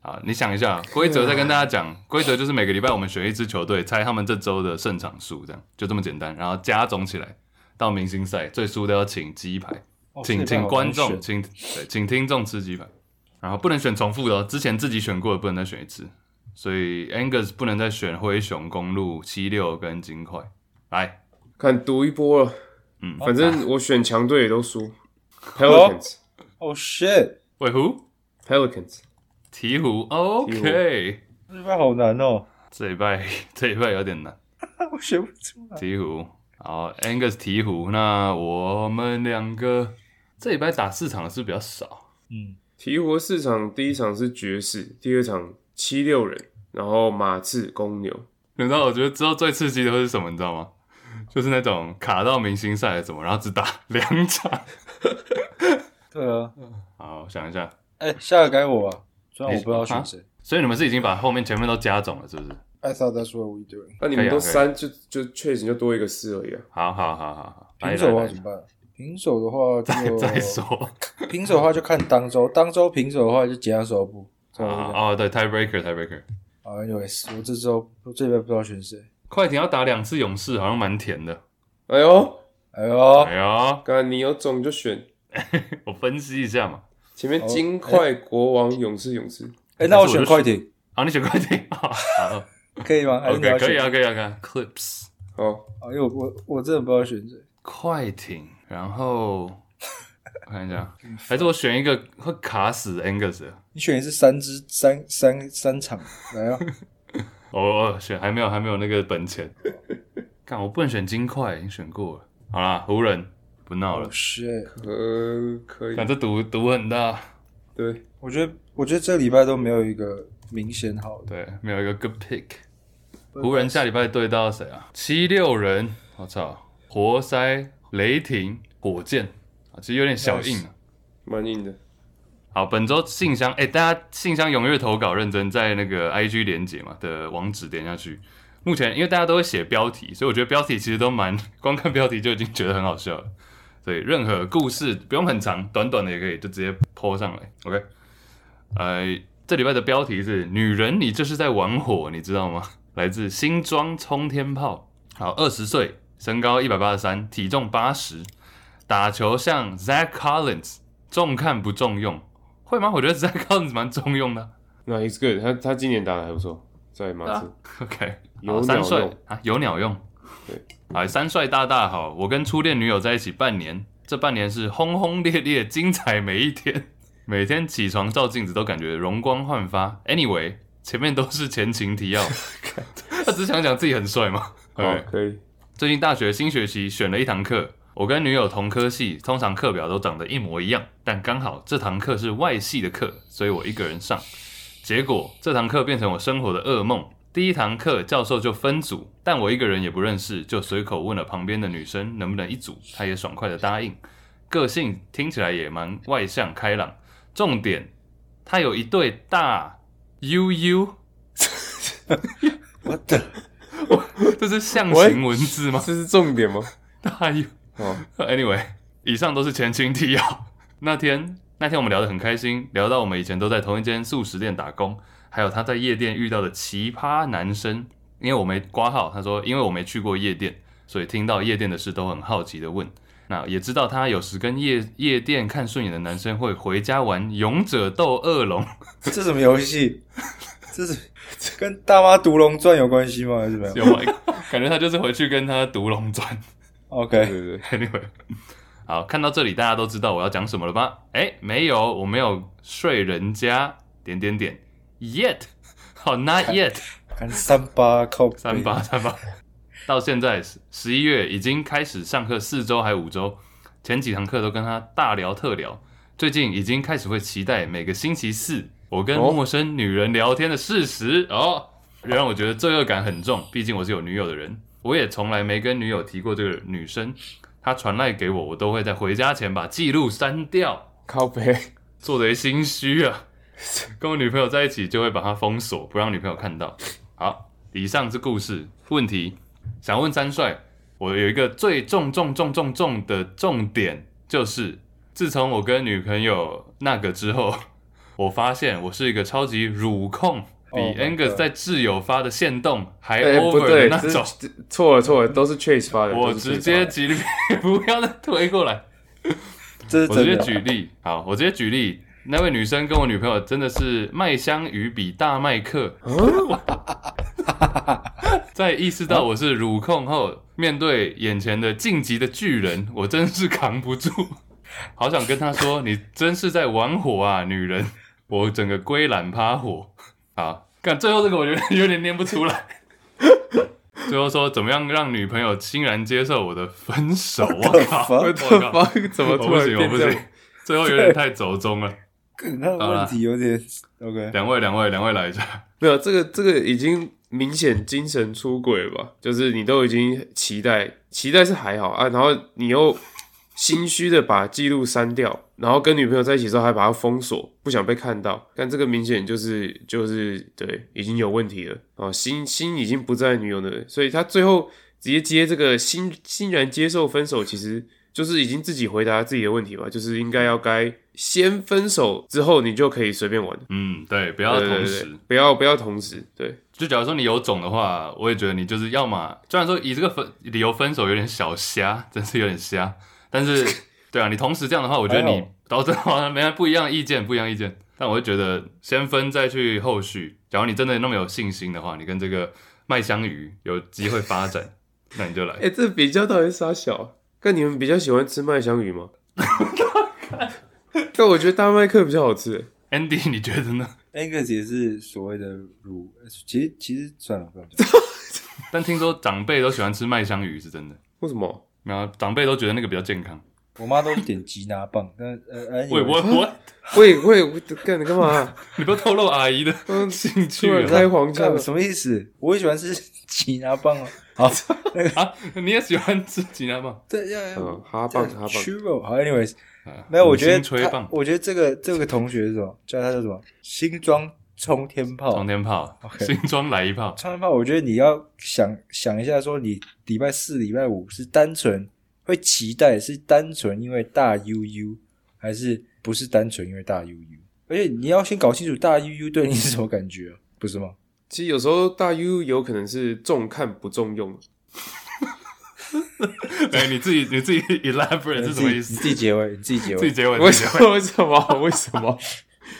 S2: 好，你想一下规则，再跟大家讲。规则就是每个礼拜我们选一支球队，猜他们这周的胜场数，这样就这么简单。然后加总起来到明星赛，最输的要请鸡排，
S4: 哦
S5: 哦
S2: 请请观众，请对，请听众吃鸡排。然后不能选重复的哦，之前自己选过的不能再选一次。所以 Angus 不能再选灰熊、公路、七六跟金块。来，
S3: 看赌一波了。
S2: 嗯
S3: 反正我选强队也 都输。Pelicans，Pelicans，、
S4: 哦 shit，
S2: 尾狐、鹈鹕，OK。
S4: 这礼拜好 难哦，
S2: 这礼拜这礼拜有点难。
S4: 我学不出来。
S2: 鹈鹕，好，Angus 鹈鹕。那我们两个这礼拜打四场的是比较少，
S4: 嗯，
S3: 鹈鹕市场第一场是爵士，第二场七六人，然后马刺、公牛。
S2: 你知道？我觉得之后最刺激的会是什么？你知道吗？就是那种卡到明星赛还是什么，然后只打 两场。
S4: 对啊，
S2: 好，我想一下，
S4: 哎，下个该我啊，虽然
S2: 你
S4: 我不知道选谁。
S2: 所以你们是已经把后面前面都加总了，是不是？
S4: I thought that's what we doing。
S3: 那、你
S2: 可
S3: 们
S2: 以啊
S3: 都三，就就确实就多一个四而已啊。
S2: 好好好好好，来
S5: 平手的
S2: 来
S5: 话
S2: 来
S5: 怎么办？平手的话
S2: 再
S5: 就
S2: 再说。
S5: 平手的话就看当周，当周平手的话就结下手部。
S2: 好好哦，对，tiebreaker，tiebreaker。
S5: 好，anyways，我这周我这边不知道选谁。
S2: 快艇要打两次勇士，好像蛮甜的。
S3: 哎呦，
S5: 哎呦，
S2: 哎呀，
S3: 刚你有种就选
S2: 我分析一下嘛。
S3: 前面金块、国王、勇士、勇士。
S5: 哎，那我
S2: 还是
S5: 选
S2: 我就
S5: 快艇，
S2: 好，你选快艇。 好好
S5: 可以吗？还是你
S2: ，OK，
S5: 要
S2: 可
S5: 选
S2: 以啊，可以啊，可以啊。Clips。
S3: 好，
S5: 啊，因为我我我真的不知道选谁。
S2: 快艇，然后我看 一下，还是我选一个会卡死的 Angus 的。
S5: 你选的是三支三三三场，来 啊！
S2: 我、我哦选还没有还没有那个本 钱。看我不能选金块，已经选过了。好啦，湖人不闹了
S5: 哦，shit，
S3: 可可以
S2: 反。正赌赌很大，
S3: 对，
S5: 我觉得我觉得这礼拜都没有一个明显好的。
S2: 对，没有一个 good pick。湖人下礼拜对到谁啊？七六人，我操，活塞、雷霆、火箭啊，其实有点小硬、啊。
S3: 蛮硬的。
S2: 好，本周信箱，哎、大家信箱踊跃投稿，认真在那个 IG 连接嘛的网址点下去。目前因为大家都会写标题，所以我觉得标题其实都蛮， 光看标题就已经觉得很好笑了。所以任何故事不用很长，短短的也可以，就直接泼上来。OK，呃，这礼拜的标题是“女人，你这是在玩火”，你知道吗？来自新庄冲天炮，好，二十岁，身高一百八十三，体重八十，打球像 Zach Collins，重看不重用，会吗？我觉得 Zach Collins 蛮重用的。
S3: 那 he's good，他他今年打的还不错，在马刺。
S2: 啊 OK，
S3: 有
S2: 好
S3: 鸟
S2: 三帅
S3: 用
S2: 啊，有鸟用。
S3: 对，
S2: 哎，三帅大大好，我跟初恋女友在一起半年，这半年是轰轰烈烈，精彩每一天， 每天起床照镜子都感觉容光焕发。Anyway，前面都是前情 提要，他只想讲自己很帅嘛。
S3: 好，哦可以。
S2: 最近大学新学期选了一堂课，我跟女友同科系，通常课表都长得一模一样，但刚好这堂课是外系的课，所以我一个人上。结果这堂课变成我生活的噩梦。第一堂课教授就分组，但我一个人也不认识，就随口问了旁边的女生能不能一组，她也爽快的答应。个性听起来也蛮外向开朗，重点她有一对大 UU，
S5: 我的
S2: 这是象
S3: 喂
S2: 形文字吗？
S3: 这是重点吗？
S2: 大 U。
S3: 哦，
S2: Anyway，以上都是前情提要。 那天那天我们聊得很开心，聊到我们以前都在同一间素食店打工，还有他在夜店遇到的奇葩男生。因为我没挂号，他说因为我没去过夜店，所以听到夜店的事都很好奇的问。那也知道他有时跟夜夜店看顺眼的男生会回家玩《勇者斗恶龙》
S5: 这什么游戏？这是这跟大妈独龙传有关系吗？还是没有
S2: 有吗， 感觉他就是回去跟他独龙转。
S3: 对
S5: ？OK，
S3: 对对，
S2: Anyway，好，看到这里大家都知道我要讲什么了吧？哎，没有，我没有睡人家点点点 yet，好、not yet，
S5: 看三八靠背
S2: 三八三八，到现在十十一月已经开始上课四周还五周，前几堂课都跟他大聊特聊，最近已经开始会期待每个星期四我跟
S3: 哦
S2: 陌生女人聊天的事实哦，让我觉得罪恶感很重，毕竟我是有女友的人，我也从来没跟女友提过这个女生，他传赖给我，我都会在回家前把记录删掉，
S3: 靠 背，
S2: 做贼心虚 啊。跟我女朋友在一起就会把它封锁，不让女朋友看到。好，以上是故事。问题想问三帅，我有一个最重重重重重的重点，就是自从我跟女朋友那个之后， 我发现我是一个超级乳控，比
S6: Oh my
S2: Angus
S6: God
S2: 在挚友发的线动还
S3: 哎、不
S2: over 的
S3: 对，
S2: 那
S3: 这
S2: 种。
S3: 这错了错了，都是 Chase 发的，
S2: 我
S3: 都是
S2: 直
S3: Chase
S2: 接
S3: 发的
S2: 举例， 不要再推过来。
S6: 这是
S2: 我直
S6: 真
S2: 接
S6: 的。
S5: 啊
S2: 举例，好，我直接举例，那位女生跟我女朋友真的是麦香鱼比大麦克。
S6: 嗯
S2: 在意识到我是乳控后，面对眼前的晋级的巨人，我真是扛不住，好想跟她说：“你真是在玩火啊，女人！”我整个龟懒趴火。 好，看最后这个我觉得有 点念不出来。最后说怎么样让女朋友欣然接受我的分手？ 我靠！我
S3: What the
S2: 靠！
S3: fuck？怎么
S2: 我
S3: 突
S2: 不
S3: 然
S2: 行，我
S3: 变
S2: 不
S3: 这
S2: 行
S3: 样？，
S2: 最后有点太走中了。
S4: 梗他的
S2: 呃
S4: 问题有点 OK。
S2: 两位，两位，两位来一下。
S3: 没有，这个这个已经明显精神出轨了吧？就是你都已经期待，期待是还好啊，然后你又心虚的把记录删掉，然后跟女朋友在一起之后还把它封锁，不想被看到。但这个明显就是就是对，已经有问题了哦，心心已经不在女友的，所以他最后直接接这个欣欣然接受分手，其实就是已经自己回答自己的问题吧，就是应该要该先分手之后，你就可以随便玩。
S2: 嗯，对，不要
S3: 对对
S2: 同
S3: 对
S2: 时。
S3: 不要不要同时，对，
S2: 就假如说你有种的话，我也觉得你就是要么，虽然说以这个分理由分手有点小瞎，真是有点瞎，但是对啊，你同时这样的话，我觉得
S6: 还好
S2: 你导致好啊像没有不一样的意见，不一样的意见。但我会觉得先分再去后续。假如你真的那么有信心的话，你跟这个麦香鱼有机会发展，那你就来
S3: 哎、。这比较到底是啥小？跟你们比较喜欢吃麦香鱼吗？但我觉得大麦克比较好吃。欸
S2: Andy，你觉得呢？
S4: Angus 也是所谓的乳，其实其实算了，不要讲。
S2: 但听说长辈都喜欢吃麦香鱼，是真的。
S3: 为什么？
S2: 然后长辈都觉得那个比较健康。
S4: 我妈都是点吉拿棒，但呃呃，
S2: 喂，我我，
S3: 喂喂，我干你干嘛、
S2: 你不要透露阿姨的
S3: 嗯
S2: 兴
S3: 突
S2: 趣
S3: 然
S2: 了
S3: 开黄腔
S4: 干什么意思？我也喜欢吃 吉拿棒啊。 好，
S2: 啊！你也喜欢吃吉拿棒？
S4: 对，要要
S3: 嗯，哈棒哈棒，
S4: churro。好，anyways，
S2: 啊
S4: 没有，我觉得
S2: 五星吹
S4: 他
S2: 棒、
S4: 我觉得这个这个同学是什么？叫他叫什么？新装冲天炮
S2: 冲。天炮、
S4: OK
S2: 新装来一炮，
S4: 冲天炮，我觉得你要想想一下，说你礼拜四、礼拜五是单纯会期待，是单纯因为大 UU，还是不是单纯因为大 UU？而且你要先搞清楚大 UU 对你是什么感觉、啊，不是吗？
S3: 其实有时候大 U 有可能是重看不重用，
S2: 哎，你自己你自己 elaborate 是什么意
S4: 你
S2: 思？
S4: 自己结尾，你自己结
S2: 自己
S4: 尾。
S2: 结尾，
S3: 为
S2: 自己
S3: 什
S2: 结尾
S3: 么？为什么？为什么？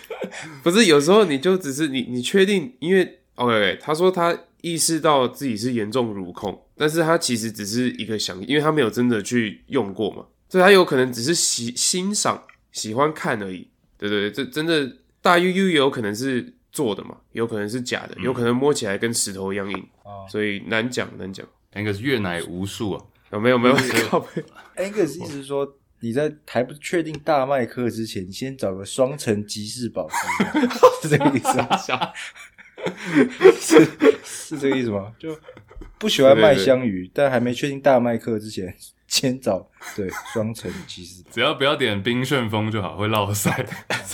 S3: 不是，有时候你就只是你，你确定？因为 OK，他说他意识到自己是严重乳控，但是他其实只是一个想，因为他没有真的去用过嘛，所以他有可能只是喜欣赏、喜欢看而已。对对对，这真的大 U U 也有可能是做的嘛，有可能是假的，嗯有可能摸起来跟石头一样硬，
S4: 哦
S3: 所以难讲难讲。
S2: 那哎个是越奶无数 啊！
S3: 有没有没有？靠背
S4: Angus 意思是说，你在还不确定大麦克之前，你先找个双层吉士堡吃，是这个意思吗？ 是是这个意思吗？就不喜欢麦香鱼，但还没确定大麦克之前，先找对双层吉士堡。
S2: 只要不要点冰旋风就好，会落塞。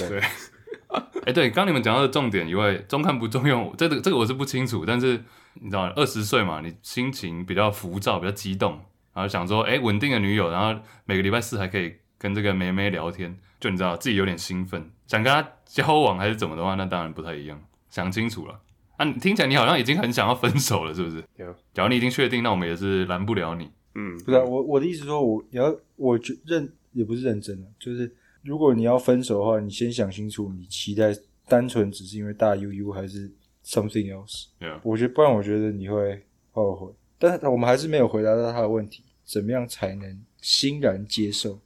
S2: 对， 哎，对，刚刚你们讲到的重点以外，中看不中用，这个这个我是不清楚，但是你知道，二十岁嘛，你心情比较浮躁，比较激动，然后想说，哎，稳定的女友，然后每个礼拜四还可以跟这个妹妹聊天，就你知道自己有点兴奋，想跟她交往还是怎么的话，那当然不太一样，想清楚了。啊，你听起来你好像已经很想要分手了，是不是
S3: 有？
S2: 假如你已经确定，那我们也是拦不了你。
S3: 嗯，
S4: 不是、啊、我我的意思说，我也要我觉认也不是认真的，就是如果你要分手的话，你先想清楚，你期待单纯只是因为大 UU 还是 something else。
S2: Yeah.
S4: 我觉得不然，我觉得你会后悔。但是我们还是没有回答到他的问题，怎么样才能欣然接 受？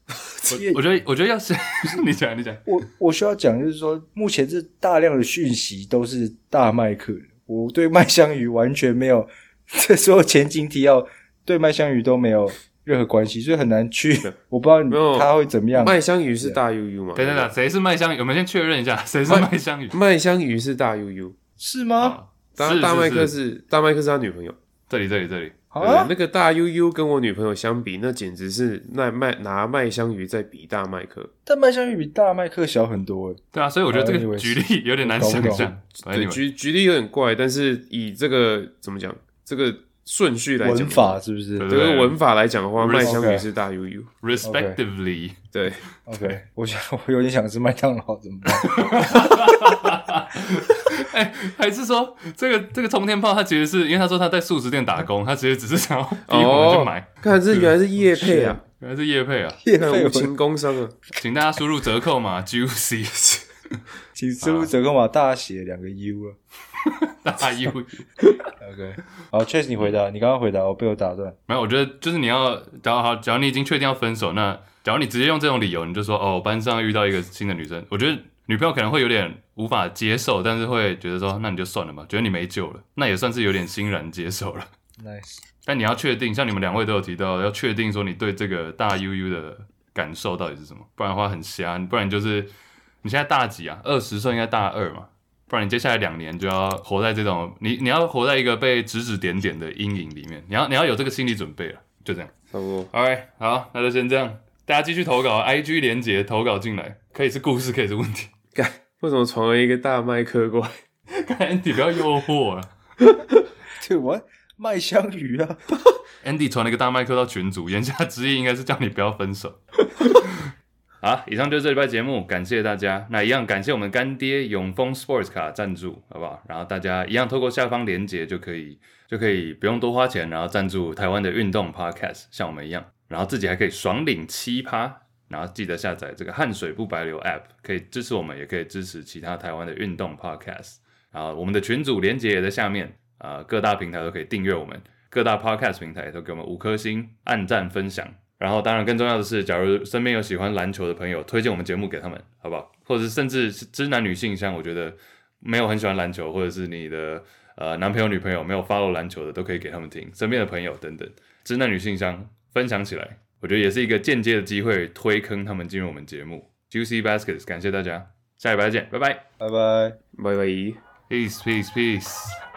S4: 因为
S2: 我觉得，我觉得要是 你讲，你讲。
S4: 我我需要讲就是说，目前这大量的讯息都是大麦克的，我对麦香鱼完全没有， 这所有前情提要对麦香鱼都没有任何关系，所以很难去，我不知道你
S3: 没有
S4: 他会怎么样。
S3: 麦香鱼是大 U U 嘛？
S2: 等等等，谁是麦香鱼？我们先确认一下，谁是
S3: 麦
S2: 麦香鱼？
S3: 麦香鱼是大 U U。
S4: 是吗？
S2: 是
S3: 哦大大麦克
S2: 是哦
S3: 是大麦克是他女朋友，
S2: 这里这里这里，
S4: 好
S3: 对
S4: 啊，
S3: 那个大悠悠跟我女朋友相比，那简直是那麦拿麦香鱼在比大麦克。
S4: 但麦香鱼比大麦克小很多诶、欸
S2: 对啊，所以我觉得这个
S4: Anyways，
S2: 举例有点难
S4: 搞不
S2: 想
S4: 懂
S2: 象。反正
S3: 对，
S2: 你们
S3: 举举例有点怪，但是以这个怎么讲，这个顺序来讲，
S4: 文法是不是
S2: 对
S3: 这个文法来讲的话，
S2: Okay
S3: 麦香鱼是大悠悠。
S2: respectively，
S3: 对，
S4: ？OK，我想我有点想吃麦当劳，怎么办？
S2: 哎，还是说这个这个冲天炮，他其实是因为他说他在素食店打工，他其实只是想要逼我们去买，
S3: 看这原来是叶配啊，
S2: 原来是叶配啊，
S4: 叶
S3: 看
S4: 费
S3: 无
S4: 文，
S3: 情工伤啊。
S2: 请大家输入折扣码 juicy
S4: 请输
S3: 啊
S4: 入折扣码大写两个 U 啊。
S2: 大 U。
S4: OK，好，Chase 你回答，你刚刚回答，我被我打断。
S2: 没有，我觉得就是你要，假如好，假如你已经确定要分手，那假如你直接用这种理由，你就说哦，我班上遇到一个新的女生，我觉得女朋友可能会有点无法接受，但是会觉得说，那你就算了吧，觉得你没救了，那也算是有点欣然接受了。
S4: Nice，
S2: 但你要确定，像你们两位都有提到，要确定说你对这个大 U U 的感受到底是什么，不然的话很瞎，不然你就是你现在大几啊？二十岁应该大二嘛，不然你接下来两年就要活在这种你你要活在一个被指指点点的阴影里面，你要你要有这个心理准备了，就这样。
S3: 差不多，
S2: a l right，好，那就先这样，大家继续投稿，IG 连接投稿进来，可以是故事，可以是问题，
S3: 为什么传了一个大麦克过来？
S2: Andy 不要诱惑啊了。
S4: 对，我麦香鱼啊，
S2: Andy 传了一个大麦克到群组，言下之意应该是叫你不要分手。好，以上就是这礼拜节目，感谢大家。那一样感谢我们干爹永丰 Sports 卡赞助，好不好？然后大家一样透过下方连结就可以，就可以不用多花钱，然后赞助台湾的运动 Podcast，像我们一样，然后自己还可以爽领七趴。然后记得下载这个汗水不白流 App，可以支持我们，也可以支持其他台湾的运动 Podcast。啊，我们的群组连接也在下面，啊，各大平台都可以订阅我们，各大 podcast 平台都给我们五颗星，按赞分享。然后，当然更重要的是，假如身边有喜欢篮球的朋友，推荐我们节目给他们，好不好？或者是甚至是知男女性，像我觉得没有很喜欢篮球，或者是你的呃男朋友、女朋友没有 follow 篮球的，都可以给他们听，身边的朋友等等，知男女性相分享起来，我觉得也是一个间接的机会，推坑他们进入我们节目。Juicy Baskets，感谢大家，下礼拜见，拜拜
S4: 拜拜。
S3: 拜拜。
S2: ，peace peace peace。